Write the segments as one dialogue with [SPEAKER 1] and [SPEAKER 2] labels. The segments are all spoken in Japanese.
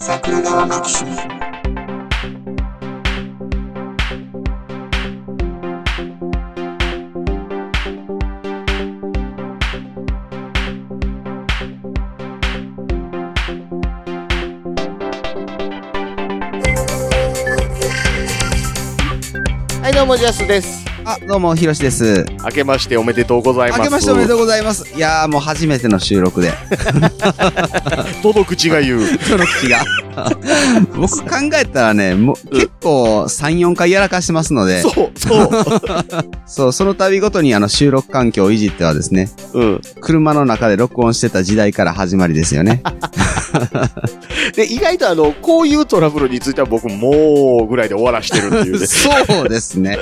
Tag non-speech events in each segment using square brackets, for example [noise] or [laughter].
[SPEAKER 1] 桜川マキシム
[SPEAKER 2] はい、どうも、ジャスです。
[SPEAKER 3] あ、どうも、ひろしです。
[SPEAKER 2] 明けましておめでとうございます。
[SPEAKER 3] 明けましておめでとうございます。いやー、もう初めての収
[SPEAKER 2] [laughs]
[SPEAKER 3] 録で。 [laughs]
[SPEAKER 2] 届く口が言う。
[SPEAKER 3] その口が。僕考えたらね、もう結構3、4回やらかしてますので、
[SPEAKER 2] そう、そ
[SPEAKER 3] そう、その度ごとにあの収録環境をいじってはですね、
[SPEAKER 2] [laughs] う。うん。
[SPEAKER 3] 車の中で録音してた時代から始まりですよ
[SPEAKER 2] [laughs]
[SPEAKER 3] ね。
[SPEAKER 2] で、意外とあの、こういうトラブルについては僕もうぐらいで終わらしてるって [laughs] いうね。
[SPEAKER 3] そうですね。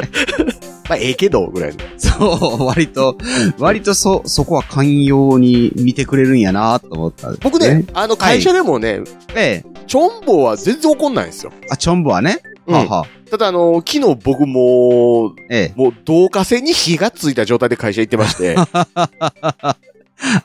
[SPEAKER 2] まあ、ええけど、ぐらいの。
[SPEAKER 3] そう、割と、割とそ、そこは寛容に見てくれるんやなと思った。
[SPEAKER 2] 僕ね、、あの、会社でもね、
[SPEAKER 3] ええ、
[SPEAKER 2] チョンボは全然怒んないんですよ。
[SPEAKER 3] あ、チョンボはね、
[SPEAKER 2] うん
[SPEAKER 3] はあはあ
[SPEAKER 2] ただあの、昨日僕も、
[SPEAKER 3] ええ、
[SPEAKER 2] もう、導火線に火がついた状態で会社行ってま [laughs] して、
[SPEAKER 3] ア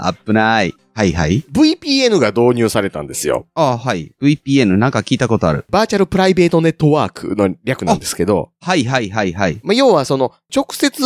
[SPEAKER 3] ップない。はいはい。
[SPEAKER 2] VPN が導入されたんですよ。
[SPEAKER 3] ああ、はい。VPN なんか聞いたことある。
[SPEAKER 2] バーチャルプライベートネットワークの略なんですけど、
[SPEAKER 3] はいはいはいはい。
[SPEAKER 2] まあ、要はその、直接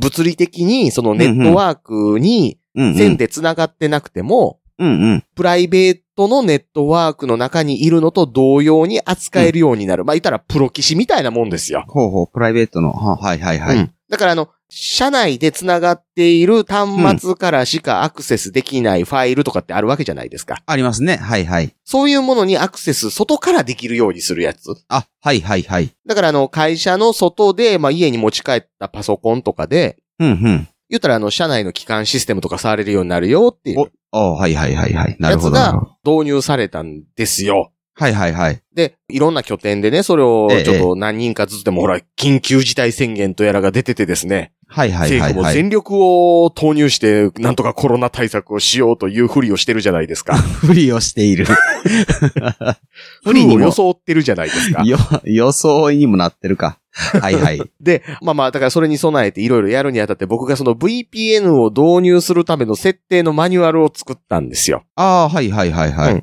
[SPEAKER 2] 物理的にそのネットワークに
[SPEAKER 3] うん、うん。
[SPEAKER 2] 線で繋がってなくても、
[SPEAKER 3] うんうん。
[SPEAKER 2] プライベートのネットワークの中にいるのと同様に扱えるようになる。まあ、言ったらプロ棋士みたいなもんですよ。
[SPEAKER 3] ほうほう、プライベートの。ははいはいはい。
[SPEAKER 2] うんだからあの、社内で繋がっている端末からしかアクセスできないファイルとかってあるわけじゃないですか。
[SPEAKER 3] ありますね。はいはい。
[SPEAKER 2] そういうものにアクセス外からできるようにするやつ。
[SPEAKER 3] あ、はいはいはい。
[SPEAKER 2] だからあの、会社の外で、まあ、家に持ち帰ったパソコンとかで、
[SPEAKER 3] うんうん。
[SPEAKER 2] 言ったら、あの、社内の機関システムとか触れるようになるよっていう
[SPEAKER 3] ああ、はいはいはいはい。なるほど。
[SPEAKER 2] や
[SPEAKER 3] な
[SPEAKER 2] つが
[SPEAKER 3] るほど
[SPEAKER 2] 導入されたんですよ。
[SPEAKER 3] はいはいはい。
[SPEAKER 2] で、いろんな拠点でね、それを
[SPEAKER 3] ええ
[SPEAKER 2] ちょっと何人かずつでも、ほら、緊急事態宣言とやらが出ててですね、
[SPEAKER 3] はいはいはい
[SPEAKER 2] 政府も
[SPEAKER 3] はい。
[SPEAKER 2] 全力を投入して、なんとかコロナ対策をしようというふりをしてるじゃないです
[SPEAKER 3] [laughs]
[SPEAKER 2] か。
[SPEAKER 3] 不利をしている。
[SPEAKER 2] ふりを装ってるじゃないですか。
[SPEAKER 3] よ、予想にもなってるか。はいはい。
[SPEAKER 2] で、まあまあ、だからそれに備えていろいろやるにあたって、僕がその VPN を導入するための設定のマニュアルを作ったんですよ。
[SPEAKER 3] ああ、はいはいはいは
[SPEAKER 2] うん
[SPEAKER 3] い。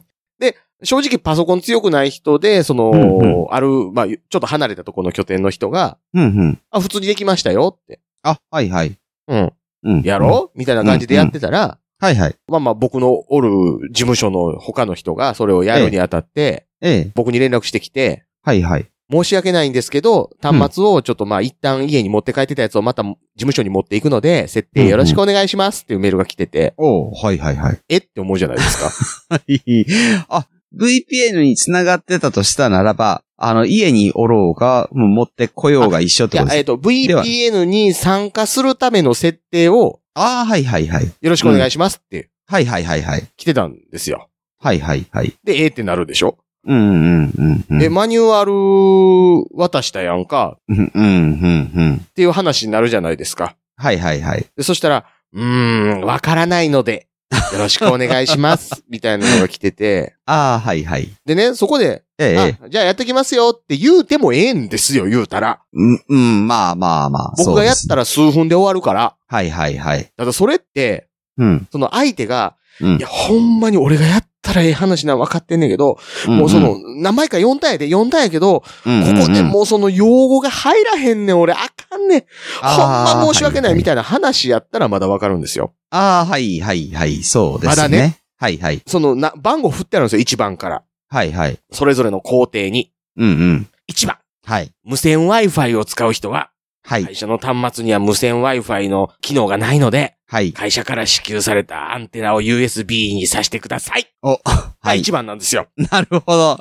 [SPEAKER 2] 正直パソコン強くない人で、その、
[SPEAKER 3] うんう
[SPEAKER 2] ある、まあ、ちょっと離れたところの拠点の人が、
[SPEAKER 3] うんうん。
[SPEAKER 2] あ、普通にできましたよって。
[SPEAKER 3] あ、はいはい。
[SPEAKER 2] うん。
[SPEAKER 3] うん。
[SPEAKER 2] やろうみたいな感じでやってたら、
[SPEAKER 3] はいはい。
[SPEAKER 2] まあまあ僕のおる事務所の他の人がそれをやるにあたって、
[SPEAKER 3] ええ。
[SPEAKER 2] 僕に連絡してきて、
[SPEAKER 3] はいはい。
[SPEAKER 2] 申し訳ないんですけど、端末をちょっとまあ一旦家に持って帰ってたやつをまた事務所に持っていくので、設定よろしくお願いしますっていうメールが来てて、
[SPEAKER 3] おうはいはいはい。
[SPEAKER 2] えって思うじゃないです
[SPEAKER 3] [laughs]
[SPEAKER 2] か。
[SPEAKER 3] はいあ、VPN に繋がってたとしたならば、あの、家におろうが、もう持ってこようが一緒っ
[SPEAKER 2] い
[SPEAKER 3] てこ
[SPEAKER 2] や
[SPEAKER 3] と、で
[SPEAKER 2] え
[SPEAKER 3] す。
[SPEAKER 2] っと、
[SPEAKER 3] では
[SPEAKER 2] VPN に参加するための設定を
[SPEAKER 3] ああ、はいはいはい。
[SPEAKER 2] よろしくお願いしますって
[SPEAKER 3] はいはいはいはい。
[SPEAKER 2] 来てたんですよ。
[SPEAKER 3] はいはいはい。
[SPEAKER 2] で、ええってなるでしょ、
[SPEAKER 3] うんうんうんうん。
[SPEAKER 2] え、マニュアル渡したやんか
[SPEAKER 3] うんうんうんうん。
[SPEAKER 2] っていう話になるじゃないですか。
[SPEAKER 3] はいはいはい。
[SPEAKER 2] でそしたら、うーん、わからないので、よろしくお願いし
[SPEAKER 3] [laughs]
[SPEAKER 2] ます、みたいなのが来てて、
[SPEAKER 3] ああ、はいはい。
[SPEAKER 2] でね、そこで、
[SPEAKER 3] ええええ。
[SPEAKER 2] あじゃあやってきますよって言うてもええんですよ、言うたら。
[SPEAKER 3] うん、うん、まあまあまあ。
[SPEAKER 2] 僕がやっ
[SPEAKER 3] ら。
[SPEAKER 2] たら数分で終わるから。
[SPEAKER 3] はいはいはい。
[SPEAKER 2] ただそれって、
[SPEAKER 3] うん。
[SPEAKER 2] その相手が、
[SPEAKER 3] うん
[SPEAKER 2] いや、ほんまに俺がやったらええ話なの分かってんねんけど、もうその、何枚か4単やで、4単やけど、
[SPEAKER 3] うんうん、
[SPEAKER 2] ここでもうその用語が入らへんねん、俺。あかんねん。ほ
[SPEAKER 3] あー
[SPEAKER 2] んま申し訳ないみ
[SPEAKER 3] い
[SPEAKER 2] たいな話やったらまだわかるんですよ。
[SPEAKER 3] な。ああ、はいはいはい。そうですね。
[SPEAKER 2] まだね。
[SPEAKER 3] はいはい。
[SPEAKER 2] そのな、番号振ってあるんですよ、1番から。
[SPEAKER 3] はいはい。
[SPEAKER 2] それぞれの工程に。
[SPEAKER 3] うんうん。
[SPEAKER 2] 1番、
[SPEAKER 3] はい。
[SPEAKER 2] 無線 Wi-Fi を使う人は、
[SPEAKER 3] はい。
[SPEAKER 2] 会社の端末には無線 Wi-Fi の機能がないので、
[SPEAKER 3] はい。
[SPEAKER 2] 会社から支給されたアンテナを USB に挿してください。
[SPEAKER 3] お、
[SPEAKER 2] は、
[SPEAKER 3] はいい。
[SPEAKER 2] 1番なんですよ。
[SPEAKER 3] [laughs] なるほど。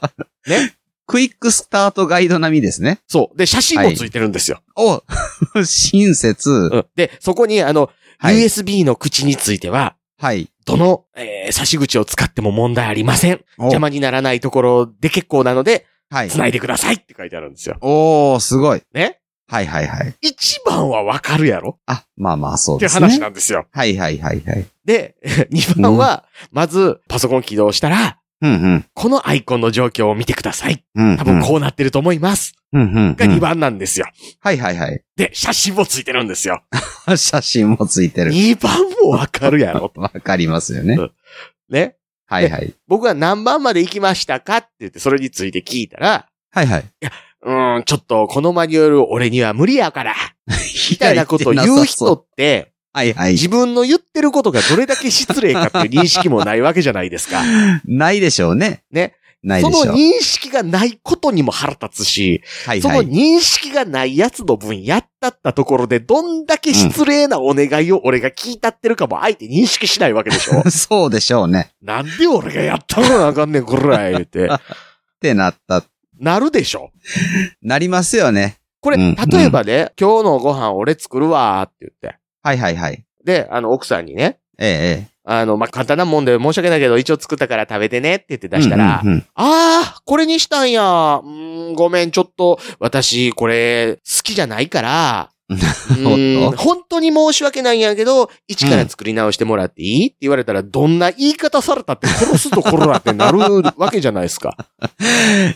[SPEAKER 2] ね。
[SPEAKER 3] クイックスタートガイド並みですね。
[SPEAKER 2] そう。で、写真もついてるんですよ。
[SPEAKER 3] お [laughs] 親切。
[SPEAKER 2] うん。で、そこに、あの、
[SPEAKER 3] はい。
[SPEAKER 2] USB の口については、
[SPEAKER 3] はい。
[SPEAKER 2] どの、えー差し口を使っても問題ありません。
[SPEAKER 3] お
[SPEAKER 2] 邪魔にならないところで結構なので、
[SPEAKER 3] はい。
[SPEAKER 2] 繋いでくださいって書いてあるんですよ。
[SPEAKER 3] おー、すごい。
[SPEAKER 2] ね
[SPEAKER 3] はいはいはい。
[SPEAKER 2] 一番はわかるやろ
[SPEAKER 3] あ、まあまあ、そう
[SPEAKER 2] って
[SPEAKER 3] で
[SPEAKER 2] いう
[SPEAKER 3] す
[SPEAKER 2] 話
[SPEAKER 3] ね。
[SPEAKER 2] なんですよ。
[SPEAKER 3] はいはいはいはい。
[SPEAKER 2] で、2番 [laughs] は、まずパソコン起動したら、
[SPEAKER 3] うんうん。
[SPEAKER 2] このアイコンの状況を見てください。
[SPEAKER 3] うん、うん。
[SPEAKER 2] 多分こうなってると思います。
[SPEAKER 3] うん、うん。
[SPEAKER 2] が2
[SPEAKER 3] 番。
[SPEAKER 2] 番なんですよ。
[SPEAKER 3] はいはいはい。
[SPEAKER 2] で、写真もついてるんですよ。
[SPEAKER 3] 写真もついてる。 [laughs]
[SPEAKER 2] 2番もわかるやろ
[SPEAKER 3] わかりますよね。
[SPEAKER 2] ね。
[SPEAKER 3] はいはい。
[SPEAKER 2] 僕が何番まで行きましたかって言って、それについて聞いたら、
[SPEAKER 3] はいはい。
[SPEAKER 2] うーん、ちょっとこのマニュアル俺には無理やから、み
[SPEAKER 3] み
[SPEAKER 2] たいなことを言う人って、
[SPEAKER 3] はいはい。
[SPEAKER 2] 自分の言ってることがどれだけ失礼かっていう認識もないわけじゃ [laughs] ないですか。
[SPEAKER 3] ないでしょうね。
[SPEAKER 2] ね。
[SPEAKER 3] ない
[SPEAKER 2] そ
[SPEAKER 3] でしょう。
[SPEAKER 2] の認識がないことにも腹立つし、
[SPEAKER 3] はい
[SPEAKER 2] その
[SPEAKER 3] はい。。
[SPEAKER 2] 認識がないやつの分やったったところで、どんだけ失礼なお願いを俺が聞いたってるかも相手認識しないわけでし
[SPEAKER 3] [laughs]
[SPEAKER 2] ょ [laughs]
[SPEAKER 3] そうでしょうね。
[SPEAKER 2] なんで俺がやったのなあかんねん、こら、言うて。
[SPEAKER 3] ってなった。
[SPEAKER 2] なるでしょ。
[SPEAKER 3] なりますよね。
[SPEAKER 2] これ、
[SPEAKER 3] うん
[SPEAKER 2] 例えばね、今日のご飯俺作るわーって言って。
[SPEAKER 3] はいはいはい。
[SPEAKER 2] で、あの、奥さんにね、
[SPEAKER 3] ええ
[SPEAKER 2] あの、まあ、簡単なもんで申し訳ないけど、一応作ったから食べてねって言って
[SPEAKER 3] ええ。
[SPEAKER 2] 出したら、
[SPEAKER 3] うんうんうん
[SPEAKER 2] ああ、これにしたんや。うーん、ごめん、ちょっと、私、これ、好きじゃないから、うーん本当に申し訳ないんやけど、一から作り直してもらっていいって言われたら、どんな言い方されたって殺すところだってなるわけじゃないですか。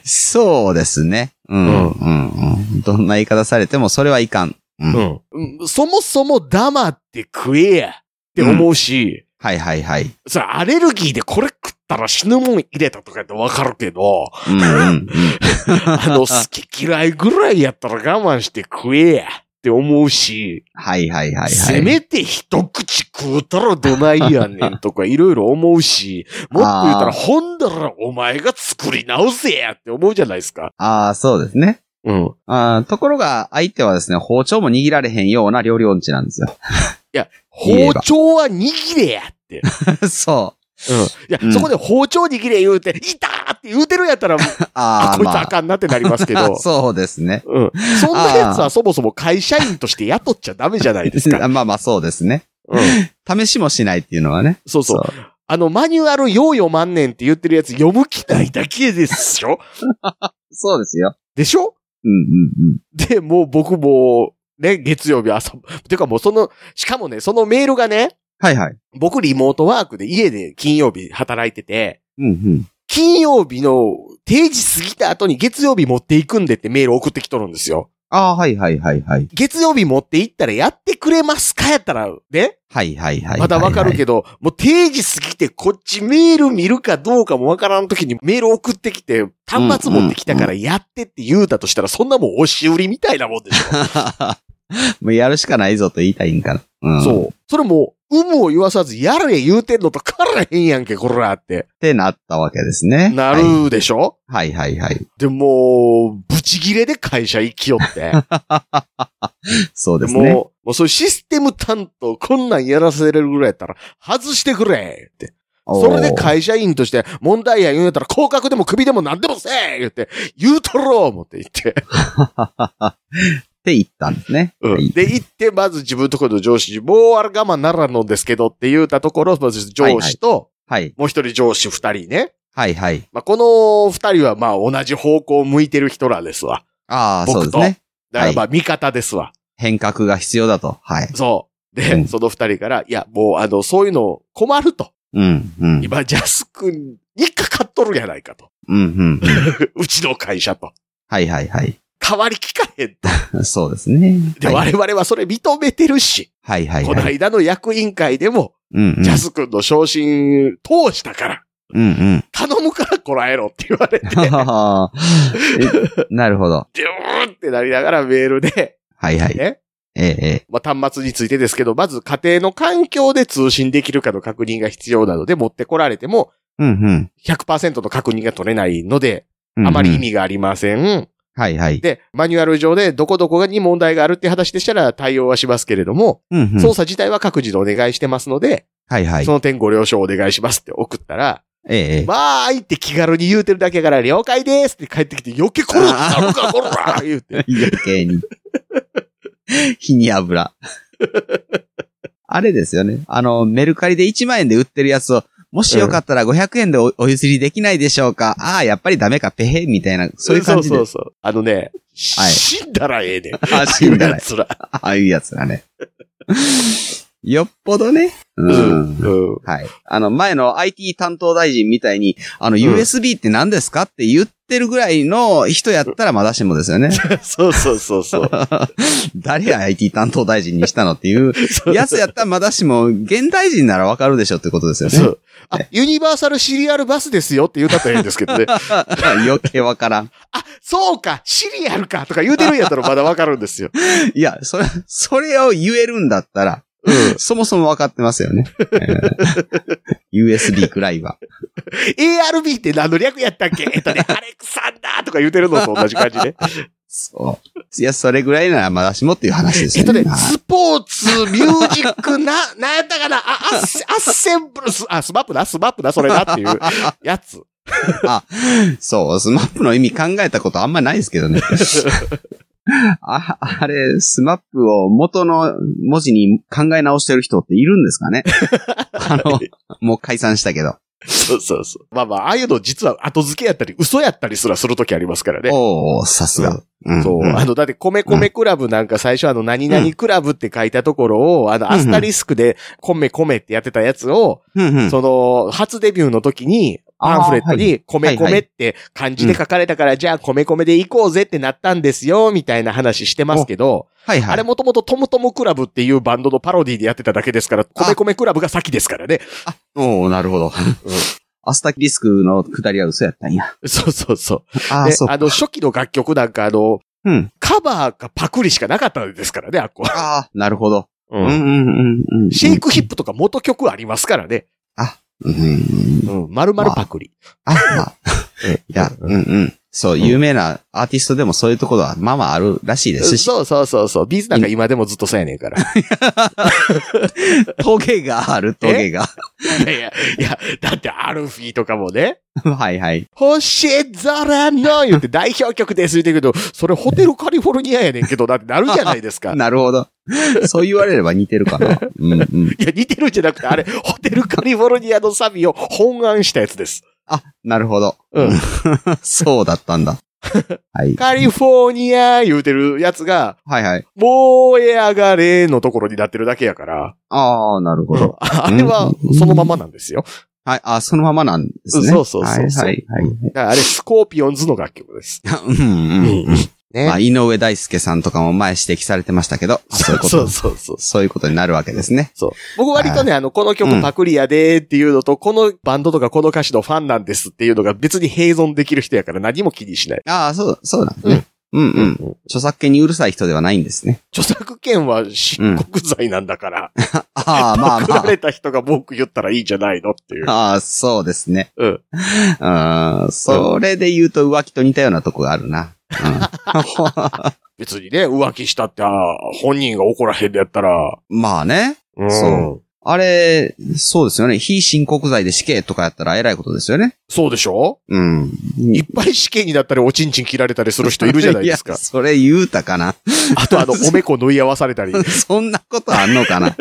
[SPEAKER 3] そうですね。うん。
[SPEAKER 2] う
[SPEAKER 3] うんん。うん。どんな言い方されてもそれはいかん。うん。
[SPEAKER 2] うんうん。そもそも黙って食えやって思うし、
[SPEAKER 3] はいはいはい。
[SPEAKER 2] それアレルギーでこれ食ったら死ぬもん入れたとかってわかるけど、
[SPEAKER 3] うんうん
[SPEAKER 2] あの、好き嫌いぐらいやったら我慢して食えやって思うし、
[SPEAKER 3] はいはいはいはい。
[SPEAKER 2] せめて一口食うたらどないやねんとかいろいろ思う [laughs] し、もっと言ったら
[SPEAKER 3] あー
[SPEAKER 2] ほんだらお前が作り直せやって思うじゃないですか。
[SPEAKER 3] ああ、そうですね。
[SPEAKER 2] うん。
[SPEAKER 3] あーところが、相手はですね、包丁も握られへんような料理音痴なんですよ。 [laughs] 言え
[SPEAKER 2] 包
[SPEAKER 3] ば
[SPEAKER 2] 丁は握れや [laughs] って。
[SPEAKER 3] そ
[SPEAKER 2] うん。いや、
[SPEAKER 3] うん
[SPEAKER 2] そこで包丁握れ言うて、いたーって言うてるんやったら、
[SPEAKER 3] う。あ
[SPEAKER 2] あ、
[SPEAKER 3] あ、
[SPEAKER 2] こいつ
[SPEAKER 3] ま
[SPEAKER 2] あ
[SPEAKER 3] あ。
[SPEAKER 2] かんなってなりますけ [laughs] ど。
[SPEAKER 3] [laughs] そうですね。
[SPEAKER 2] うん。そんなやつはそもそも会社員として雇っちゃダメじゃないですか。
[SPEAKER 3] まあまあ、そうですね。
[SPEAKER 2] うん。
[SPEAKER 3] 試しもしないっていうのはね。
[SPEAKER 2] [laughs] そうそう。あの、マニュアルよう読まんねんって言ってるやつ読む気ないだけですよ。
[SPEAKER 3] そうですよ。
[SPEAKER 2] [laughs] でしょ
[SPEAKER 3] うんうんうん。
[SPEAKER 2] で、もう僕も、ね、月曜日朝、てかもうその、しかもね、そのメールがね、
[SPEAKER 3] はいはい。
[SPEAKER 2] 僕リモートワークで家で金曜日働いてて、
[SPEAKER 3] うんうん。
[SPEAKER 2] 金曜日の定時過ぎた後に月曜日持っていくんでってメール送ってきとるんですよ。
[SPEAKER 3] ああ、はいはいはいはい。
[SPEAKER 2] 月曜日持って行ったらやってくれますかやったら、ね
[SPEAKER 3] はいはいはい。
[SPEAKER 2] まだわかるけど、もう定時過ぎてこっちメール見るかどうかもわからん時にメール送ってきて、端末持ってきたからやってって言うたとしたら、そんなもん押し売りみたいなもんでしょ。
[SPEAKER 3] もうやるしかないぞ [laughs] と言いたいんかな。うん。。
[SPEAKER 2] そう
[SPEAKER 3] っ
[SPEAKER 2] う。それも、有無を言わさず、やれ言うてんのとからへんやんけ、こらって。
[SPEAKER 3] てなったわけですね。
[SPEAKER 2] なるでしょ、
[SPEAKER 3] はい。はいはいはい。
[SPEAKER 2] で、もう、ブチギレで会社行きよ
[SPEAKER 3] [laughs]
[SPEAKER 2] って。
[SPEAKER 3] そうです
[SPEAKER 2] もう、
[SPEAKER 3] ね。
[SPEAKER 2] もうそういうシステム担当、こんなんやらせれるぐらいやったら、外してくれって。
[SPEAKER 3] おー
[SPEAKER 2] それで会社員として問題や言うんやったら、降格でも首でも何でもせえ言って、言うとろう思って言って。
[SPEAKER 3] って言ったんですね。
[SPEAKER 2] う
[SPEAKER 3] は
[SPEAKER 2] ん
[SPEAKER 3] い
[SPEAKER 2] で、行って、まず自分とこの上司に、もうあれ我慢ならんのですけどって言うたところ、まず上司と、
[SPEAKER 3] はい。
[SPEAKER 2] もう一人上司二人ね。
[SPEAKER 3] はいはい。
[SPEAKER 2] まあ、この二人はまあ同じ方向を向いてる人らですわ。
[SPEAKER 3] ああ、そう
[SPEAKER 2] 僕
[SPEAKER 3] です
[SPEAKER 2] と
[SPEAKER 3] ね。
[SPEAKER 2] だからまあ味方ですわ。
[SPEAKER 3] 変革が必要だと。はい。
[SPEAKER 2] そう。で、
[SPEAKER 3] うん
[SPEAKER 2] その二人から、いや、もうあの、そういうの困ると。
[SPEAKER 3] うん、うん。うん、
[SPEAKER 2] 今、ジャス君にかかっとるやないかと。
[SPEAKER 3] うん。
[SPEAKER 2] うちの会社と。
[SPEAKER 3] はいはいはい。
[SPEAKER 2] 代わり聞かへんと。
[SPEAKER 3] そうですね。
[SPEAKER 2] で、
[SPEAKER 3] はい、
[SPEAKER 2] 我々はそれ認めてるし、
[SPEAKER 3] はいはい
[SPEAKER 2] この
[SPEAKER 3] はい。
[SPEAKER 2] 間の役員会でも、
[SPEAKER 3] うん、うん。
[SPEAKER 2] ジャス君の昇進通したから、
[SPEAKER 3] うん、うん。
[SPEAKER 2] 頼むからこらえろって言われて、
[SPEAKER 3] はは [laughs] えなるほど。
[SPEAKER 2] ジューンってなりながらメールで、
[SPEAKER 3] はいはい。
[SPEAKER 2] ね
[SPEAKER 3] ええ、
[SPEAKER 2] まあ、端末についてですけど、まず家庭の環境で通信できるかの確認が必要なので、持ってこられても
[SPEAKER 3] うん、うん
[SPEAKER 2] 100%の確認が取れないので、
[SPEAKER 3] うん。
[SPEAKER 2] あまり意。味がありません。
[SPEAKER 3] はいはい。
[SPEAKER 2] で、マニュアル上でどこどこに問題があるって話でしたら対応はしますけれども、
[SPEAKER 3] うん、うん。
[SPEAKER 2] 操作自体は各自でお願いしてますので、
[SPEAKER 3] はいはい
[SPEAKER 2] そ。の点ご了承お願いしますって送ったら、
[SPEAKER 3] ええ。
[SPEAKER 2] [laughs] まあ、いって気軽に言うてるだけやから、了解ですって帰ってきて、余計これなのか、こら言うて。
[SPEAKER 3] 余計
[SPEAKER 2] [laughs]
[SPEAKER 3] に。火に油。あれですよね。あの、メルカリで1万円で売ってるやつを、もしよかったら500円でおお譲りできないでしょうかああ、やっぱりダメか、ペヘみたいな、そういう感じで。
[SPEAKER 2] そうそうそう。あのね、
[SPEAKER 3] い
[SPEAKER 2] 死んだらええねん。
[SPEAKER 3] あ死んだらええ
[SPEAKER 2] ええ。
[SPEAKER 3] ああいうやつだね。 [laughs] よっぽどね。うん。
[SPEAKER 2] うん。
[SPEAKER 3] はい。あの、前の IT 担当大臣みたいに、あの、USB って何ですかって言ってるぐらいの人やったらまだしもですよね。
[SPEAKER 2] そうそうそう [laughs] そう。
[SPEAKER 3] 誰が IT 担当大臣にしたのっていう
[SPEAKER 2] [laughs]
[SPEAKER 3] やつやったらまだしも、現代人ならわかるでしょってことですよね
[SPEAKER 2] そ。う。あ、ユニバーサルシリアルバスですよって言うたったらいいんですけど [laughs] ね。
[SPEAKER 3] [laughs] 余計わからん。
[SPEAKER 2] あ、そうか、シリアルかとか言うてるんやったらまだわかるん [laughs] ですよ。
[SPEAKER 3] いや、それ、それを言えるんだったら、
[SPEAKER 2] うん。
[SPEAKER 3] そもそもわかってますよね。えー USB くらいは。
[SPEAKER 2] ARB って何の略やったっけえっと [laughs] ね、アレクサンダーとか言うてるのと同じ感じね。
[SPEAKER 3] そう。いや、それぐらいならまだしもっていう話です
[SPEAKER 2] えっ
[SPEAKER 3] よ
[SPEAKER 2] と
[SPEAKER 3] ね。
[SPEAKER 2] ね、
[SPEAKER 3] はい
[SPEAKER 2] スポーツ、ミュージック、な、なんやったかな、あ、アッセアッセンブルス、あ、スマップな、スマップな、それなっていうやつ。
[SPEAKER 3] そう、スマップの意味考えたことあんまないですけど
[SPEAKER 2] [laughs]
[SPEAKER 3] ね。あ、あれ、スマップを元の文字に考え直してる人っているんですか
[SPEAKER 2] [laughs]
[SPEAKER 3] ねあの、もう解散したけど。
[SPEAKER 2] [laughs] そうそうそう。まあまあ、ああいうの実は後付けやったり、嘘やったりすらするときありますからね。
[SPEAKER 3] おおさすが。ん
[SPEAKER 2] そう。
[SPEAKER 3] ん
[SPEAKER 2] あの、だって、米米クラブなんか最初あの、何々クラブって書いたところを、あの、アスタリスクで、米米ってやってたやつを、
[SPEAKER 3] うんうん
[SPEAKER 2] その、初デビューの時に、パンフレットに、米
[SPEAKER 3] はいは
[SPEAKER 2] 米
[SPEAKER 3] い
[SPEAKER 2] って漢字で書かれたから、じゃあ米米で行こうぜってなったんですよ、みたいな話してますけど、
[SPEAKER 3] はいはい。
[SPEAKER 2] あれもともとトムトムクラブっていうバンドのパロディでやってただけですから、米米クラブが先ですからね。 [laughs]
[SPEAKER 3] おおなるほど。アスタキリスクの下りは嘘やったんや。
[SPEAKER 2] そうそうそう。
[SPEAKER 3] ああ、
[SPEAKER 2] で
[SPEAKER 3] そう
[SPEAKER 2] あの、初期の楽曲なんかあの、
[SPEAKER 3] うん
[SPEAKER 2] カバーがパクリしかなかったですからね、あっこは。
[SPEAKER 3] ああ、なるほど。
[SPEAKER 2] う
[SPEAKER 3] うんうんんうんうん。
[SPEAKER 2] シェイクヒップとか元曲ありますからね。
[SPEAKER 3] うん
[SPEAKER 2] うん、丸々パクリ。
[SPEAKER 3] あ、まあ、いや、うんうん。そう、有名なアーティストでもそういうところはまあまああるらしいですし、
[SPEAKER 2] そうそうそうそう。ビーズなんか今でもずっとそうやね
[SPEAKER 3] [laughs]
[SPEAKER 2] んから。
[SPEAKER 3] トゲがある、トゲが。
[SPEAKER 2] いやいや、いや、だってアルフィーとかもね、
[SPEAKER 3] [laughs] はいはい。
[SPEAKER 2] 星空の言って代表曲です言うてるけど、それホテルカリフォルニアやねんけど、だってなるじゃないで
[SPEAKER 3] [laughs]
[SPEAKER 2] すか。
[SPEAKER 3] なるほど。そう言われれば似てるか [laughs] な。うんうん。
[SPEAKER 2] いや、似てるんじゃなくて、あれ、ホテルカリフォルニアのサビを本案したやつです。
[SPEAKER 3] あ、なるほど。
[SPEAKER 2] うん。
[SPEAKER 3] [laughs] そうだったん [laughs] だ。はい。
[SPEAKER 2] カリフォルニア言うてるやつが、
[SPEAKER 3] はいはい。
[SPEAKER 2] 燃え上がれのところになってるだけやから、
[SPEAKER 3] ああ、なるほど。
[SPEAKER 2] あれはそのままなんですよ。
[SPEAKER 3] はい。あそのままなんですね。
[SPEAKER 2] そうそうそうそう
[SPEAKER 3] はいはいはい。
[SPEAKER 2] だからあれ、スコーピオンズの楽曲です。
[SPEAKER 3] うん
[SPEAKER 2] う
[SPEAKER 3] うん。
[SPEAKER 2] ん。ね。
[SPEAKER 3] まあ、井上大輔さんとかも前指摘されてましたけど、そういうこ
[SPEAKER 2] そ
[SPEAKER 3] と
[SPEAKER 2] う。 [laughs] そうそう。
[SPEAKER 3] そういうことになるわけですね。
[SPEAKER 2] そう。僕割とね、あの、この曲パクリやでーっていうのと、このバンドとかこの歌詞のファンなんですっていうのが別に併存できる人やから何も気にしない。
[SPEAKER 3] ああ、そう、そうなんですね。うんうん。著作権にうるさい人ではないんです [laughs] ね。
[SPEAKER 2] 著作権は漆黒罪なんだから、
[SPEAKER 3] [laughs] ああ、まあ
[SPEAKER 2] パク
[SPEAKER 3] ま
[SPEAKER 2] ら
[SPEAKER 3] あ。
[SPEAKER 2] れた人が文句言ったらいいんじゃないのっていう。
[SPEAKER 3] ああ、そうですね。
[SPEAKER 2] うん。
[SPEAKER 3] うん。それで言うと浮気と似たようなとこがあるな。
[SPEAKER 2] 別にね、浮気したって、ああ本人が怒らへんでやったら、
[SPEAKER 3] うん、まあね。
[SPEAKER 2] うん
[SPEAKER 3] そあれ、そうですよね。非申告罪で死刑とかやったら偉いことですよね。
[SPEAKER 2] そうでしょ
[SPEAKER 3] うん。
[SPEAKER 2] いっぱい死刑になったり、おちんちん切られたりする人いるじゃないです
[SPEAKER 3] や
[SPEAKER 2] か。
[SPEAKER 3] それ言うたかな。
[SPEAKER 2] あと、あの、おめこ縫い合わされたり。
[SPEAKER 3] そんなことあんのかな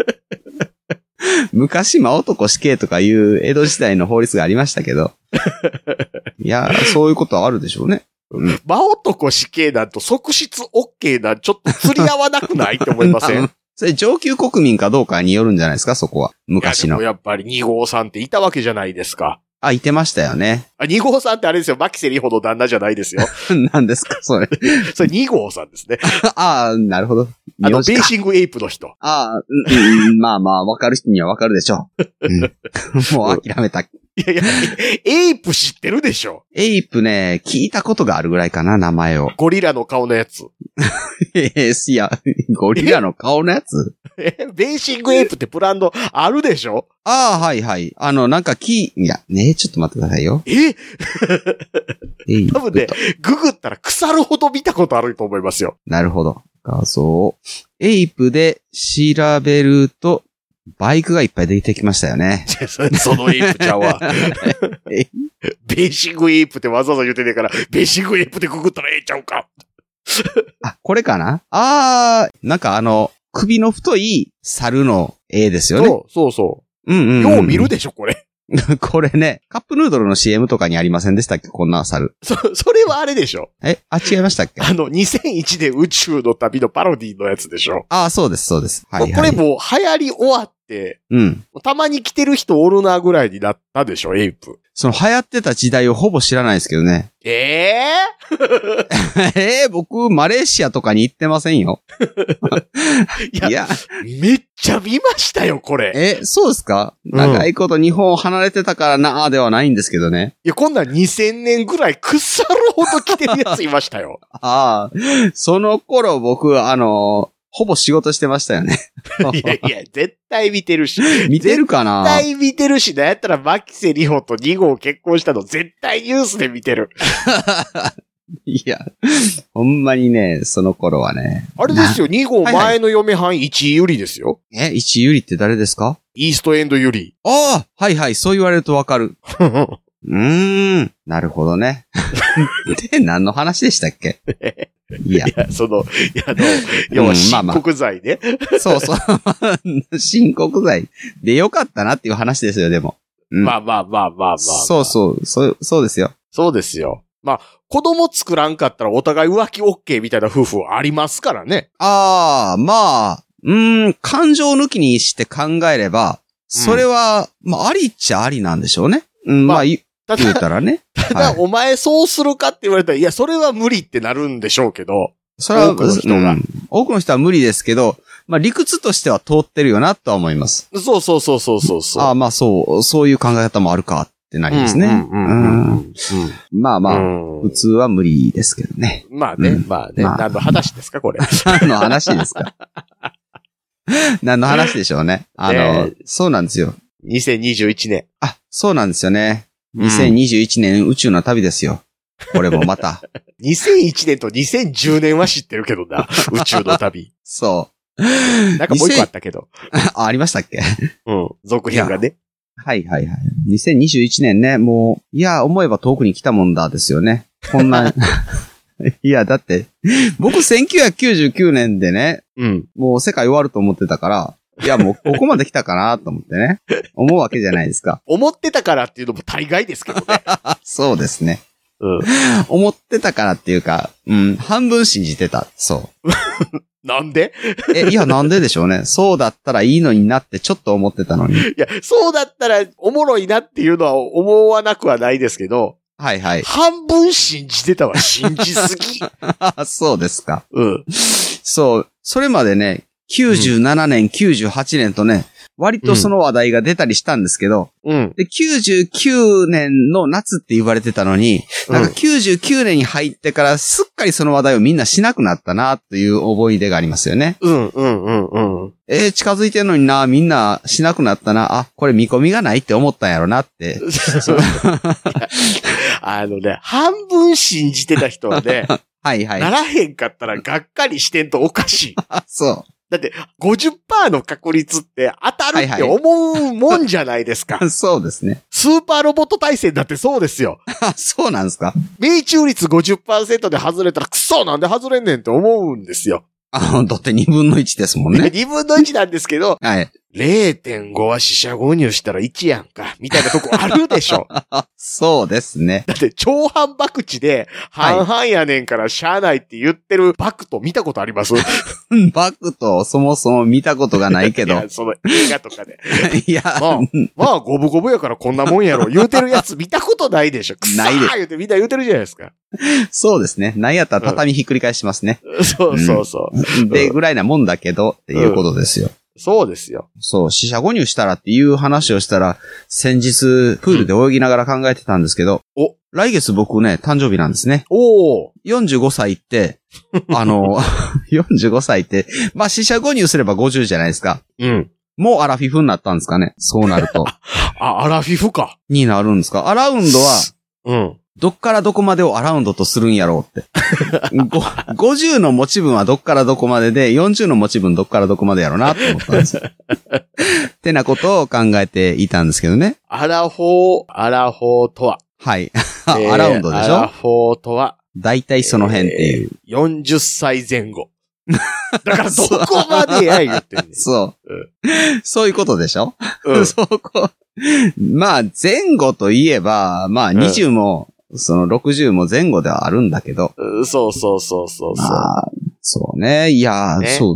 [SPEAKER 3] 昔、真男死刑とかいう江戸時代の法律がありましたけど。いや、そういうことはあるでしょうね。
[SPEAKER 2] 真男死刑なんと即室 OK なんちょっと釣り合わなくないって思いません
[SPEAKER 3] それ上級国民かどうかによるんじゃないですか、そこは。昔
[SPEAKER 2] いや
[SPEAKER 3] の
[SPEAKER 2] で。もやっぱり2号さんっていたわけじゃないですか。
[SPEAKER 3] あ、いてましたよね。
[SPEAKER 2] あ2号さんってあれですよ、牧瀬里穂の旦那じゃな
[SPEAKER 3] [laughs]
[SPEAKER 2] いですよ。
[SPEAKER 3] 何ですか、それ。 [laughs]
[SPEAKER 2] それ2号さんですね。
[SPEAKER 3] ああ、なるほど。
[SPEAKER 2] あの、
[SPEAKER 3] 名字
[SPEAKER 2] ベー
[SPEAKER 3] か
[SPEAKER 2] シングエイプの人。
[SPEAKER 3] ああ、うんうんまあまあ、わかる人にはわかるでしょう。うん [laughs] もう諦めた。
[SPEAKER 2] いやいや、エイプ知ってるでしょ。
[SPEAKER 3] エイプね、聞いたことがあるぐらいかな、名前を。 [laughs]
[SPEAKER 2] ゴリラの顔のやつ。
[SPEAKER 3] えーいや、ゴリラの顔のやつ
[SPEAKER 2] え、ベーシングエイプってブランドあるでしょ
[SPEAKER 3] ああ、はいはい。あの、なんかキー、いや、ねえ、ちょっと待ってくださいよ。
[SPEAKER 2] え、
[SPEAKER 3] エイプ
[SPEAKER 2] 多
[SPEAKER 3] と [laughs]
[SPEAKER 2] 分ね、ググったら腐るほど見たことあると思いますよ。
[SPEAKER 3] なるほど。画像。エイプで調べると、バイクがいっぱい出てきましたよね。
[SPEAKER 2] いやそそのエイプちゃんは。
[SPEAKER 3] [laughs] え
[SPEAKER 2] ベーシングエイプってわざわざ言ってねえから、ベーシングエイプでググったらええちゃうか。
[SPEAKER 3] あ、これかなあー、なんかあの、首の太い猿の絵ですよね。
[SPEAKER 2] そうそうそう
[SPEAKER 3] うんうん、
[SPEAKER 2] う。
[SPEAKER 3] うん。
[SPEAKER 2] よう見るでしょ、これ。
[SPEAKER 3] [laughs]
[SPEAKER 2] [laughs]
[SPEAKER 3] これね、カップヌードルの CM とかにありませんでしたっけこんな猿。
[SPEAKER 2] そ、それはあれでしょ
[SPEAKER 3] えあ、違いましたっけ
[SPEAKER 2] [laughs] あの、2001で宇宙の旅のパロディのやつでしょ、
[SPEAKER 3] あ、そうです、そうです。はい、はい。
[SPEAKER 2] これもう流行り終わって、
[SPEAKER 3] うん。
[SPEAKER 2] たまに来てる人おるなぐらいになったでしょエイプ。
[SPEAKER 3] その流行ってた時代をほぼ知らないですけどね。 [laughs]
[SPEAKER 2] ええ
[SPEAKER 3] えー、僕、マレーシアとかに行ってませんよ。
[SPEAKER 2] [laughs] いや
[SPEAKER 3] いや、
[SPEAKER 2] めっちゃ見ましたよ、これ。
[SPEAKER 3] え、そうですか
[SPEAKER 2] うん
[SPEAKER 3] 長いこと日本を離れてたからな、あーではないんですけどね。
[SPEAKER 2] いや、こんなん2000年ぐらい腐るほど来てるやついました
[SPEAKER 3] [laughs]
[SPEAKER 2] よ。
[SPEAKER 3] ああ、その頃僕、あのーほぼ仕事してましたよね。
[SPEAKER 2] いやいや、絶対見てるし。
[SPEAKER 3] [laughs]
[SPEAKER 2] 絶
[SPEAKER 3] 見てるかな
[SPEAKER 2] 対見てるし、なんやったら、牧瀬里穂と2号結婚したの絶対ニュースで見てる。
[SPEAKER 3] いや、ほんまにね、その頃はね。
[SPEAKER 2] あれですよ、2号
[SPEAKER 3] はいはい
[SPEAKER 2] 前の嫁はん1位ゆりですよ。
[SPEAKER 3] え、一ユリって誰ですか
[SPEAKER 2] イーストエンド
[SPEAKER 3] [laughs]
[SPEAKER 2] ゆり。
[SPEAKER 3] ああはいはい、そう言われるとわかる。うーん、なるほどね。 [laughs] で、何の話でしたっけいや、
[SPEAKER 2] そ [laughs] の、いや、あの、要は
[SPEAKER 3] うんまあ
[SPEAKER 2] 申
[SPEAKER 3] まあ
[SPEAKER 2] 告罪ね。
[SPEAKER 3] そうそう。 [laughs] 申告罪でよかったなっていう話ですよ、でも。うん
[SPEAKER 2] まあまあまあまあまあまあ。
[SPEAKER 3] そうそう、そう、そうですよ。
[SPEAKER 2] そうですよ。まあ、子供作らんかったらお互い浮気 OK みたいな夫婦ありますからね。
[SPEAKER 3] ああ、まあ、うーん、感情抜きにして考えれば、それは、まあ、ありっちゃありなんでしょうね。うん、ま
[SPEAKER 2] ま
[SPEAKER 3] あ、
[SPEAKER 2] あ
[SPEAKER 3] 言
[SPEAKER 2] た
[SPEAKER 3] 言う
[SPEAKER 2] だ、
[SPEAKER 3] たらね。
[SPEAKER 2] ただ
[SPEAKER 3] はい
[SPEAKER 2] お前そうするかって言われたら、いや、それは無理ってなるんでしょうけど。
[SPEAKER 3] それは、
[SPEAKER 2] 多くの人が
[SPEAKER 3] うん多くの人は無理ですけど、まあ、理屈としては通ってるよなとは思います。
[SPEAKER 2] そうそうそうそうそうそう。
[SPEAKER 3] ああ、まあ、そう、そういう考え方もあるかってなりますね。
[SPEAKER 2] うんうんうんうん
[SPEAKER 3] うんまあまあ、
[SPEAKER 2] うん
[SPEAKER 3] 普通は無理ですけどね。 [laughs]
[SPEAKER 2] まあね、
[SPEAKER 3] うん
[SPEAKER 2] まあね、
[SPEAKER 3] まあ
[SPEAKER 2] 何の話ですか、これ。
[SPEAKER 3] 何の話ですか [laughs] 何の話でしょうね。あの、
[SPEAKER 2] ね
[SPEAKER 3] そうなんですよ。
[SPEAKER 2] 2021年。
[SPEAKER 3] あ、そうなんですよね。
[SPEAKER 2] うん
[SPEAKER 3] 2021年宇宙の旅ですよ。これもま
[SPEAKER 2] [laughs]
[SPEAKER 3] た。
[SPEAKER 2] 2001年と2010年は知ってるけどな。宇宙の旅。
[SPEAKER 3] そう。
[SPEAKER 2] なんかもう一個あったけど。
[SPEAKER 3] あ、ありましたっけ
[SPEAKER 2] うん。続編がね。
[SPEAKER 3] はいはいはい。2021年ね、もう、いや、思えば遠くに来たもんだですよね。こん
[SPEAKER 2] [laughs]
[SPEAKER 3] な、いや、だって、僕1999年でね、
[SPEAKER 2] うん。
[SPEAKER 3] もう世界終わると思ってたから、いや、もうここまで来たかなと思ってね、思うわけじゃないですか。
[SPEAKER 2] 思ってたからっていうのも大概ですけど
[SPEAKER 3] [laughs]
[SPEAKER 2] ね。
[SPEAKER 3] そうですね。
[SPEAKER 2] うん。
[SPEAKER 3] 思ってたからっていうか、うん、半分信じてた。そ
[SPEAKER 2] なんで
[SPEAKER 3] う。え、いや、なんででしょうね。そうだったらいいのになってちょっと思ってたのに。
[SPEAKER 2] いや、そうだったらおもろいなっていうのは思わなくはないですけど、
[SPEAKER 3] はいはい。
[SPEAKER 2] 半分信じてたわ。信じす
[SPEAKER 3] [laughs]
[SPEAKER 2] ぎ。
[SPEAKER 3] あそうですか。
[SPEAKER 2] うん。
[SPEAKER 3] そう。それまでね、97年、98年とね、割とその話題が出たりしたんですけど、
[SPEAKER 2] うん。
[SPEAKER 3] で、99年の夏って言われてたのに、なんか99年に入ってからすっかりその話題をみんなしなくなったな、という思い出がありますよね。
[SPEAKER 2] うん、うん、うん、うん。
[SPEAKER 3] えー近づいてんのにな、みんなしなくなったな、あ、これ見込みがないって思ったんやろなって。
[SPEAKER 2] そういやあのね、半分信じてた人はね、
[SPEAKER 3] [laughs] はいは。
[SPEAKER 2] ないらへんかったらがっかりしてんとおかしい。
[SPEAKER 3] あ、そ
[SPEAKER 2] だって50、の確率って当たる
[SPEAKER 3] は
[SPEAKER 2] っ
[SPEAKER 3] い
[SPEAKER 2] て
[SPEAKER 3] はい
[SPEAKER 2] 思うもんじゃないですか。
[SPEAKER 3] う。 [laughs] そうですね。
[SPEAKER 2] スーパーロボット対戦だってそうですよ。
[SPEAKER 3] あ、そうなんですか
[SPEAKER 2] 命中率50%で外れたら、クソなんで外れんねんって思うんですよ。
[SPEAKER 3] あの、だって2分の1ですもん
[SPEAKER 2] [laughs]
[SPEAKER 3] ね。
[SPEAKER 2] 2分の1なんですけど、
[SPEAKER 3] はい。
[SPEAKER 2] 0.5は死者購入したら1やんか、みたいなとこあるでし
[SPEAKER 3] [laughs]
[SPEAKER 2] ょ。
[SPEAKER 3] あ、そうですね。
[SPEAKER 2] だって、超反爆地で、
[SPEAKER 3] はい
[SPEAKER 2] 半々やねんからしゃあないって言ってるバクト見たことあります
[SPEAKER 3] [laughs] バクとそもそも見たことがないけど。い
[SPEAKER 2] いやその映画とかで。
[SPEAKER 3] [laughs]
[SPEAKER 2] [laughs]
[SPEAKER 3] や、
[SPEAKER 2] まあ、まあ、五分五分やからこんなも
[SPEAKER 3] [laughs]
[SPEAKER 2] んやろ。言うてるやつ見たことないでしょ。くさ
[SPEAKER 3] ないで
[SPEAKER 2] ー言うてみんな言うてるじゃないですか。
[SPEAKER 3] [laughs] そうですね。なんやったら畳ひっくり返しますね。
[SPEAKER 2] そうそうそう。
[SPEAKER 3] で、ぐらいなもんだけど、っていうことですよ。
[SPEAKER 2] そうですよ。
[SPEAKER 3] そう、死者誤入したらっていう話をしたら、先日、プールで泳ぎながら考えてたんですけど、
[SPEAKER 2] うんお
[SPEAKER 3] 来月僕ね、誕生日なんですね。
[SPEAKER 2] おお。
[SPEAKER 3] 45歳
[SPEAKER 2] [laughs]
[SPEAKER 3] って、あの、45歳って、まあ、死者誤入すれば50じゃないですか。
[SPEAKER 2] うん。
[SPEAKER 3] もうアラフィフになったんですかね。そうなる
[SPEAKER 2] [laughs]
[SPEAKER 3] と。
[SPEAKER 2] あ、アラフィフか。
[SPEAKER 3] になるんですか。アラウンドは、
[SPEAKER 2] うん。
[SPEAKER 3] どっからどこまでをアラウンドとするんやろうって。 [laughs] ご50の持ち分はどっからどこまでで、40の持ち分どっからどこまでやろうなと思ったん
[SPEAKER 2] [laughs]
[SPEAKER 3] ですよ。ってなことを考えていたんですけどね。
[SPEAKER 2] アラフォー、アラフォーと
[SPEAKER 3] [laughs]
[SPEAKER 2] は。
[SPEAKER 3] はい。あ
[SPEAKER 2] えー
[SPEAKER 3] アラウンドでし
[SPEAKER 2] アラ
[SPEAKER 3] ょ
[SPEAKER 2] フォーとは、
[SPEAKER 3] 大体その辺っていう。 [laughs]
[SPEAKER 2] 40歳前後。だからどこまでや言ってんねん
[SPEAKER 3] そう。そういうことでしょ、
[SPEAKER 2] うん
[SPEAKER 3] [laughs] そこ。まあ、前後といえば、まあ、
[SPEAKER 2] うん
[SPEAKER 3] 20も、その60も前後ではあるんだけど。
[SPEAKER 2] うんそうそうそうそうそう。
[SPEAKER 3] まあ、そうね。いやー、
[SPEAKER 2] ね
[SPEAKER 3] そう。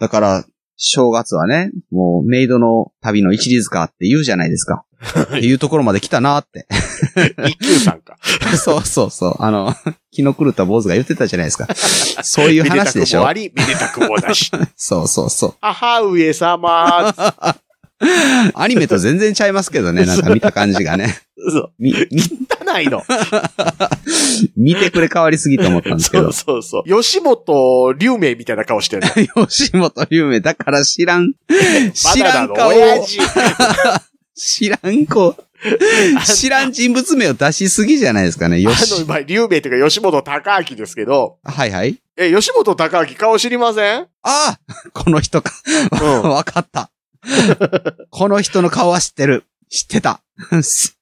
[SPEAKER 3] だから、正月はね、もうメイドの旅の一律かって言うじゃないです
[SPEAKER 2] [laughs]
[SPEAKER 3] か。っていうところまで来たなって。 [laughs]
[SPEAKER 2] 一休さんか。
[SPEAKER 3] そうそうそう。あの、 [laughs] 気の狂った坊主が言ってたじゃないですか。そういう
[SPEAKER 2] めでた
[SPEAKER 3] 話
[SPEAKER 2] く
[SPEAKER 3] でし
[SPEAKER 2] も
[SPEAKER 3] ょ
[SPEAKER 2] あ。り、めでたく
[SPEAKER 3] [laughs]
[SPEAKER 2] もなし。
[SPEAKER 3] そうそうそう。
[SPEAKER 2] 母上様。
[SPEAKER 3] アニメと全然ちゃいますけど
[SPEAKER 2] [laughs]
[SPEAKER 3] ね、なんか見た感じがね。
[SPEAKER 2] そう。
[SPEAKER 3] み、み、
[SPEAKER 2] 汚いの。
[SPEAKER 3] 見てくれ変わりすぎと思ったんですけ
[SPEAKER 2] [laughs] そ
[SPEAKER 3] ど
[SPEAKER 2] う。そうそう。吉本龍明みたいな顔してる
[SPEAKER 3] [laughs]
[SPEAKER 2] の。
[SPEAKER 3] 吉本龍明、だから知
[SPEAKER 2] [laughs]
[SPEAKER 3] らん、知
[SPEAKER 2] バ
[SPEAKER 3] ら
[SPEAKER 2] ナナ
[SPEAKER 3] ん
[SPEAKER 2] の
[SPEAKER 3] 顔を、
[SPEAKER 2] 親父。
[SPEAKER 3] 知らん子、知らん人物名を出しすぎじゃないですかね。よ
[SPEAKER 2] あの、
[SPEAKER 3] し。
[SPEAKER 2] まあ、龍明というか吉本隆明ですけど、
[SPEAKER 3] はいはい。
[SPEAKER 2] え、吉本隆明顔知りませんうん。
[SPEAKER 3] ああこの人か。わかった。この人の顔は知ってる。知ってた。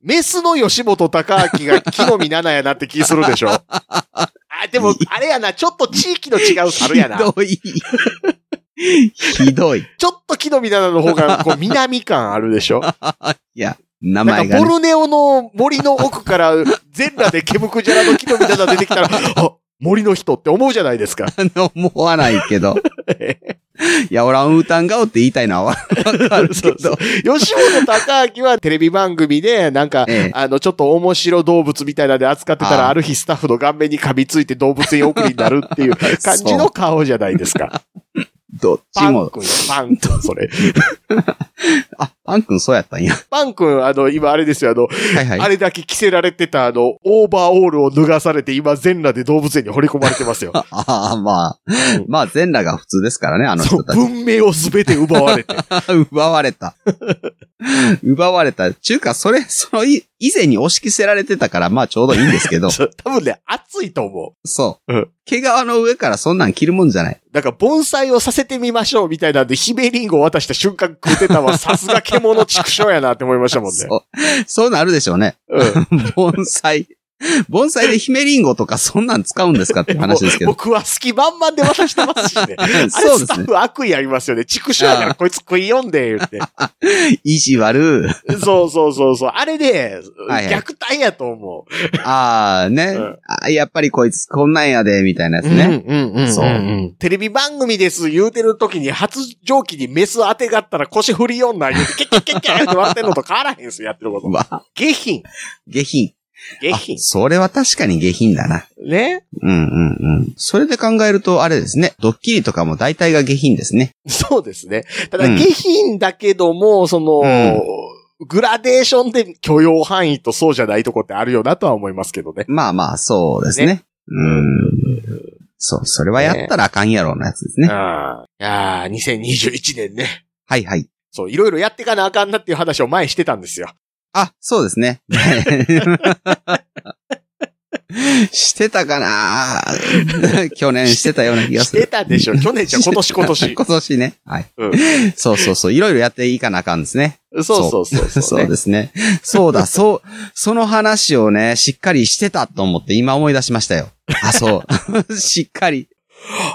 [SPEAKER 2] メスの吉本隆明が木の実奈々やなって気するでしょ。 [laughs] あ、でも、あれやな、ちょっと地域の違う猿やな。
[SPEAKER 3] ひどい。ひどい。
[SPEAKER 2] ちょっと木の実奈々の方が、こう、南感あるでしょ。
[SPEAKER 3] いや、名
[SPEAKER 2] な
[SPEAKER 3] 前
[SPEAKER 2] んか、
[SPEAKER 3] が
[SPEAKER 2] ボ
[SPEAKER 3] ね、
[SPEAKER 2] ルネオの森の奥から、全裸でケムクジャラの木の実奈々出てき [laughs] たら、あ、森の人って思うじゃないですか。
[SPEAKER 3] 思わないけど。いや、オランウータン顔って言いたいのはわかるけ
[SPEAKER 2] そうそ
[SPEAKER 3] ど。
[SPEAKER 2] 吉本隆明はテレビ番組で、なんか、
[SPEAKER 3] ええ
[SPEAKER 2] あの、ちょっと面白動物みたいなので扱ってた
[SPEAKER 3] あ
[SPEAKER 2] ら、
[SPEAKER 3] あ
[SPEAKER 2] ある日スタッフの顔面に噛みついて動物園送りになるっていう感じの顔じゃない [laughs] ですか。
[SPEAKER 3] どっち
[SPEAKER 2] パン
[SPEAKER 3] も。
[SPEAKER 2] 君、
[SPEAKER 3] [laughs]
[SPEAKER 2] パン君、それ。
[SPEAKER 3] あ、パン君そうやったんや。
[SPEAKER 2] パン君、あの、今あれですよ、あの、
[SPEAKER 3] はいはい。
[SPEAKER 2] あれだけ着せられてた、あの、オーバーオールを脱がされて、今、全裸で動物園に掘り込まれてますよ。
[SPEAKER 3] ああ、まあ。まあ、全裸が普通ですからね、あの
[SPEAKER 2] そ
[SPEAKER 3] 人
[SPEAKER 2] う、
[SPEAKER 3] たち。
[SPEAKER 2] 文明を全て奪われて。。
[SPEAKER 3] [laughs] 奪われた。奪われた。ちゅうか、それ、そのい、以前に押し着せられてたから、まあ、ちょうどいいんですけど
[SPEAKER 2] [laughs] そう多分ね、熱いと思
[SPEAKER 3] そう。
[SPEAKER 2] うん
[SPEAKER 3] 毛皮の上からそんなん着るもんじゃない。
[SPEAKER 2] う。だから、盆栽をさせてみましょう、みたいなんで、ヒメリンゴを渡した瞬間食うて
[SPEAKER 3] [laughs]
[SPEAKER 2] たわ、さすが獣畜生やなって思いましたもんね。
[SPEAKER 3] そう。そうなるでしょうね。
[SPEAKER 2] うん。
[SPEAKER 3] 盆栽。盆栽でヒメリンゴとかそんなん使うんですかって話ですけど。
[SPEAKER 2] 僕は好き満々で渡してますしね。あ
[SPEAKER 3] [laughs]
[SPEAKER 2] れ
[SPEAKER 3] そう
[SPEAKER 2] ス
[SPEAKER 3] で
[SPEAKER 2] タ
[SPEAKER 3] す
[SPEAKER 2] ッ
[SPEAKER 3] ね。
[SPEAKER 2] フ悪意ありますよね。畜生やからこいつ食い読んで、言って。
[SPEAKER 3] 意地悪。
[SPEAKER 2] [laughs] そうそうそうそう。あれね、
[SPEAKER 3] はいはい
[SPEAKER 2] 虐待やと思う。
[SPEAKER 3] ああ、ね、
[SPEAKER 2] うん
[SPEAKER 3] あ。やっぱりこいつこんなんやで、みたいなやつね。
[SPEAKER 2] うんうん
[SPEAKER 3] そう
[SPEAKER 2] テレビ番組です言うてる時に発情期にメス当てがったら腰振りよんな言うて、ケッケッケッケッって割ってんのと変わらへんすよ、やってるこ
[SPEAKER 3] [laughs]
[SPEAKER 2] と。
[SPEAKER 3] わあ
[SPEAKER 2] 下品。
[SPEAKER 3] 下品。
[SPEAKER 2] 下
[SPEAKER 3] あ
[SPEAKER 2] 品。
[SPEAKER 3] それは確かに下品だな。
[SPEAKER 2] ね。
[SPEAKER 3] うんうんうん。それで考えると、あれですね。ドッキリとかも大体が下品ですね。
[SPEAKER 2] そうですね。ただ
[SPEAKER 3] うん
[SPEAKER 2] 下品だけども、その、
[SPEAKER 3] うん
[SPEAKER 2] グラデーションで許容範囲とそうじゃないとこってあるよなとは思いますけどね。
[SPEAKER 3] まあまあ、そうですね。
[SPEAKER 2] ね
[SPEAKER 3] うん。そう、それはやったらあかんやろうなやつですね。
[SPEAKER 2] ああ。いやー2021年ね。
[SPEAKER 3] はいはい。
[SPEAKER 2] そう、いろいろやってかなあかんなっていう話を前にしてたんですよ。
[SPEAKER 3] あ、そうですね。 [laughs] してたかな [laughs] 去年してたような気が
[SPEAKER 2] し
[SPEAKER 3] する
[SPEAKER 2] て。たで [laughs] しょ。去年じゃ今年今年。
[SPEAKER 3] 今年ね。はい。
[SPEAKER 2] う
[SPEAKER 3] そうそうそう。いろいろやっていかなあかんですね。
[SPEAKER 2] そうそうそうそう、
[SPEAKER 3] そうですね。そう
[SPEAKER 2] [laughs]
[SPEAKER 3] だ、そう、その話をね、しっかりしてたと思って今思い出しましたよ。あ、
[SPEAKER 2] [laughs]
[SPEAKER 3] そう。しっかり。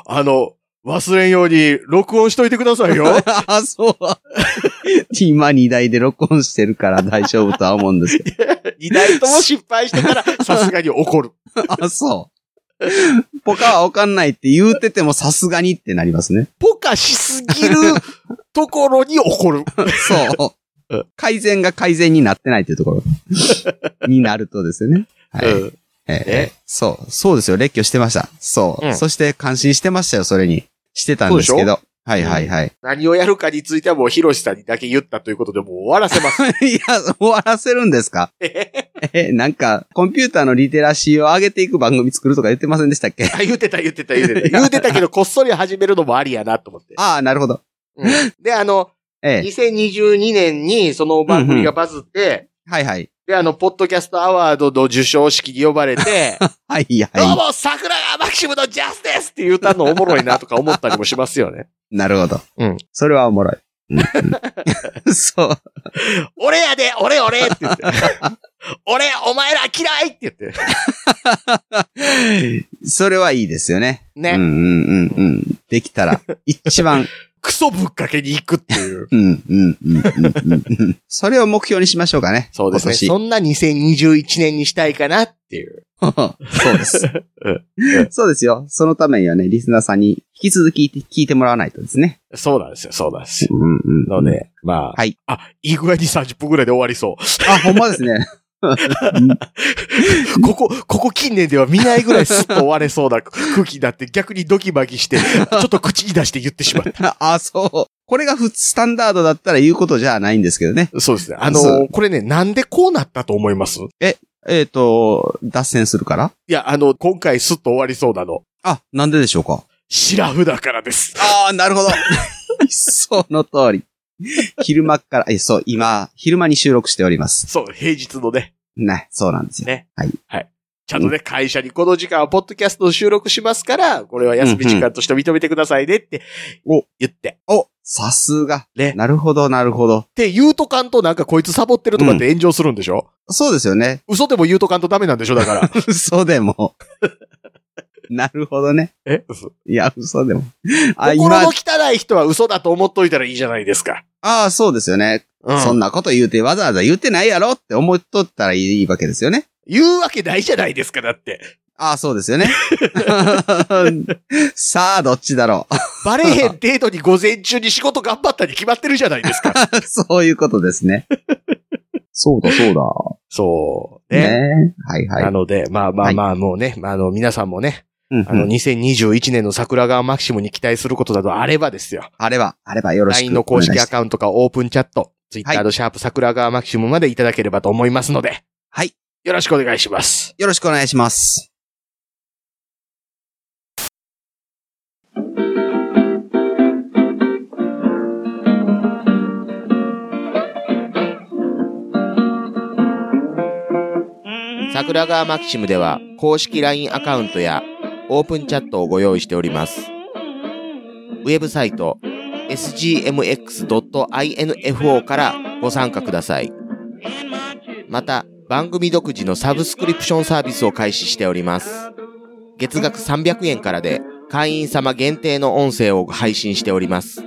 [SPEAKER 2] あの、忘れんように録音しといてくださいよ。 [laughs]
[SPEAKER 3] あ、そう。今2台で録音してるから大丈夫とは思うんですけ
[SPEAKER 2] 二台とも失敗してから [laughs] さすがに怒る。
[SPEAKER 3] ど。あ、そう。ポカはわかんないって言うててもさすがにってなりますね。
[SPEAKER 2] ポカしすぎるところに怒る。 [laughs]
[SPEAKER 3] そう。改善が改善になってないっていうところになるとですよね。はい。
[SPEAKER 2] うん
[SPEAKER 3] え
[SPEAKER 2] え
[SPEAKER 3] えそう、そうですよ。列挙してました。そう。
[SPEAKER 2] うん
[SPEAKER 3] そして、感心してましたよ、それに。してたんです
[SPEAKER 2] そ
[SPEAKER 3] け
[SPEAKER 2] うで
[SPEAKER 3] ど。はいはいはい。 [laughs]
[SPEAKER 2] 何をやるかについてはもうヒロシさんにだけ言ったということでもう終わらせます。
[SPEAKER 3] いや、終わらせるんですかえ、なんか、コンピューターのリテラシーを上げていく番組作るとか言ってませんでしたっ
[SPEAKER 2] [laughs]
[SPEAKER 3] け
[SPEAKER 2] あ、 [laughs] 言ってた言ってた言って [laughs] た。言ってたけどこっそり始めるのもありやなと思って。
[SPEAKER 3] ああ、なるほど。
[SPEAKER 2] うんで、あの、
[SPEAKER 3] ええ。
[SPEAKER 2] 2022年にその番組がバズって、
[SPEAKER 3] はいはい。
[SPEAKER 2] で、あの、ポッドキャストアワードの受賞式に呼ばれて、
[SPEAKER 3] はい
[SPEAKER 2] どう
[SPEAKER 3] は
[SPEAKER 2] も、桜川マキシムのジャスティスって言うたのおもろいなとか思ったりもしますよね。
[SPEAKER 3] い。なるほど。
[SPEAKER 2] うん。
[SPEAKER 3] それはおもろい。うん
[SPEAKER 2] [laughs]
[SPEAKER 3] うんそう。
[SPEAKER 2] 俺やで俺俺って [laughs] 言って。俺、お前ら嫌いって言って。
[SPEAKER 3] それはいいですよね。
[SPEAKER 2] ね。
[SPEAKER 3] うんうんうんうん。できたら、一番、
[SPEAKER 2] クソぶっかけに行くっていう。
[SPEAKER 3] うんうんうんうん
[SPEAKER 2] [laughs]
[SPEAKER 3] うん。それを目標にしましょうかね。
[SPEAKER 2] そうですね。そ
[SPEAKER 3] 今
[SPEAKER 2] んな2021年にしたいかなっていう。
[SPEAKER 3] 年。 [laughs] そうです
[SPEAKER 2] うん。
[SPEAKER 3] そうですよ。そのためにはね、リスナーさんに引き続き聞いてもらわないとですね。
[SPEAKER 2] そうなんですよ、そうなんですよ。
[SPEAKER 3] うんうん。
[SPEAKER 2] ので、まあ、
[SPEAKER 3] はい。
[SPEAKER 2] あ、いい具合に30分ぐらいで終わりそう。
[SPEAKER 3] あ、ほんまですね。 [laughs]
[SPEAKER 2] ここ、ここ近年では見ないぐらいスッと終われそうな [laughs] 空気になって、逆にドキマキして、ちょっと口に出して言ってしまっ
[SPEAKER 3] あ、そう。これが普通スタンダードだったら言うことじゃないんですけどね。
[SPEAKER 2] た。 [laughs] そうですね。あ
[SPEAKER 3] そ
[SPEAKER 2] の、これね、なんでこうなったと思いますい
[SPEAKER 3] えっ、と、脱線するから
[SPEAKER 2] や、あの、今回スッと終わりそうなの、
[SPEAKER 3] あ、なんででしょうか
[SPEAKER 2] 白札からです。
[SPEAKER 3] ああ、なるほど。 [laughs] その通り。昼間から、え、そう、今、昼間に収録しております。
[SPEAKER 2] そう、平日のね、
[SPEAKER 3] ね、そうなんですよ。
[SPEAKER 2] ね
[SPEAKER 3] はい。
[SPEAKER 2] ちゃんとね、会社にこの時間はポッドキャストを収録しますから、これは休み時間として認めてくださいねって、
[SPEAKER 3] うん
[SPEAKER 2] 言って。
[SPEAKER 3] お、さすが。
[SPEAKER 2] ね
[SPEAKER 3] なるほど、なるほど。
[SPEAKER 2] って言うとかんとなんかこいつサボってるとかって炎上するんでしょ、
[SPEAKER 3] そうですよね。 [laughs]
[SPEAKER 2] 嘘でも言うとかんとダメなんでしょだから。
[SPEAKER 3] 嘘でも。なるほどね。
[SPEAKER 2] え嘘
[SPEAKER 3] いや、嘘でも。あ、
[SPEAKER 2] 心の
[SPEAKER 3] 今、
[SPEAKER 2] 汚い人は嘘だと思っといたらいいじゃないですか。
[SPEAKER 3] ああ、そうですよね。
[SPEAKER 2] うん。
[SPEAKER 3] そんなこと言うて、わざわざ言うてないやろって思っとったらいいわけですよね。
[SPEAKER 2] 言うわけないじゃないですか、だって。
[SPEAKER 3] ああ、そうです
[SPEAKER 2] [laughs]
[SPEAKER 3] よね。さあ、どっちだろ
[SPEAKER 2] バレへん程度に午前中に仕事頑張ったに決まってるじゃないですか。
[SPEAKER 3] う。 [laughs] そういうことですね。そうだ、 [laughs] そ
[SPEAKER 2] そう。
[SPEAKER 3] ね
[SPEAKER 2] ね。
[SPEAKER 3] はいは。
[SPEAKER 2] ないので、まあまあまあ、もうね、まああの、皆さんもね、あの、2021年の桜川マキシムに期待することなどあればですよ。
[SPEAKER 3] あれば、あればよろしく
[SPEAKER 2] LINE の公
[SPEAKER 3] お
[SPEAKER 2] 式
[SPEAKER 3] 願い
[SPEAKER 2] ア
[SPEAKER 3] し
[SPEAKER 2] カウントかオープンチャット、Twitter のシャープ桜川マキシムまでいただければと思いますので。
[SPEAKER 3] はい。
[SPEAKER 2] よろしくお願いします。
[SPEAKER 3] よろしくお願いします。
[SPEAKER 2] 桜川マキシムでは公式 LINE アカウントやオープンチャットをご用意しております。ウェブサイト sgmx.info からご参加ください。また、番組独自のサブスクリプションサービスを開始しております。月額300円からで会員様限定の音声を配信しております。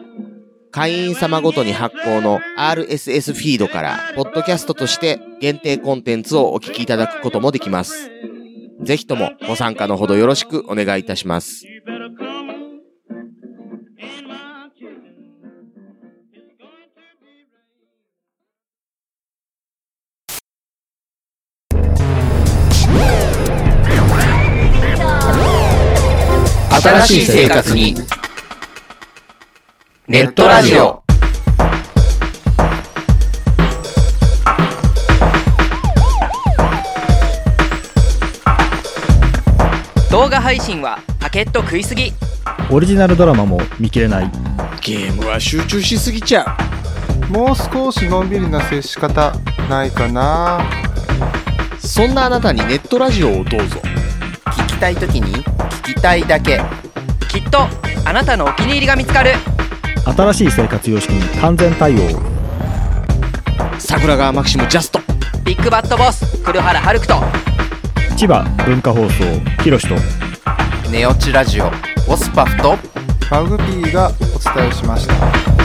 [SPEAKER 2] 会員様ごとに発行の RSS フィードから、ポッドキャストとして限定コンテンツをお聞きいただくこともできます。ぜひともご参加のほどよろしくお願いいたします。
[SPEAKER 1] 新しい生活にネットラジオ
[SPEAKER 4] 動画配信はパケット食いすぎ
[SPEAKER 5] オリジナルドラマも見切れない
[SPEAKER 2] ゲームは集中しすぎちゃ
[SPEAKER 6] もう少しのんびりな接し方ないかな
[SPEAKER 2] う。そんなあなたにネットラジオをどうぞ。
[SPEAKER 1] 聞きたいときに聞きたいだけ
[SPEAKER 4] きっとあなたのお気に入りが見つかる
[SPEAKER 5] 新しい生活様式に完全対応
[SPEAKER 2] 桜川マキシムジャスト。
[SPEAKER 4] ビッグバットボス黒原遥人
[SPEAKER 5] 千葉文化放送ひろしと
[SPEAKER 1] ネオチラジオオスパフと
[SPEAKER 6] マグピーがお伝えしました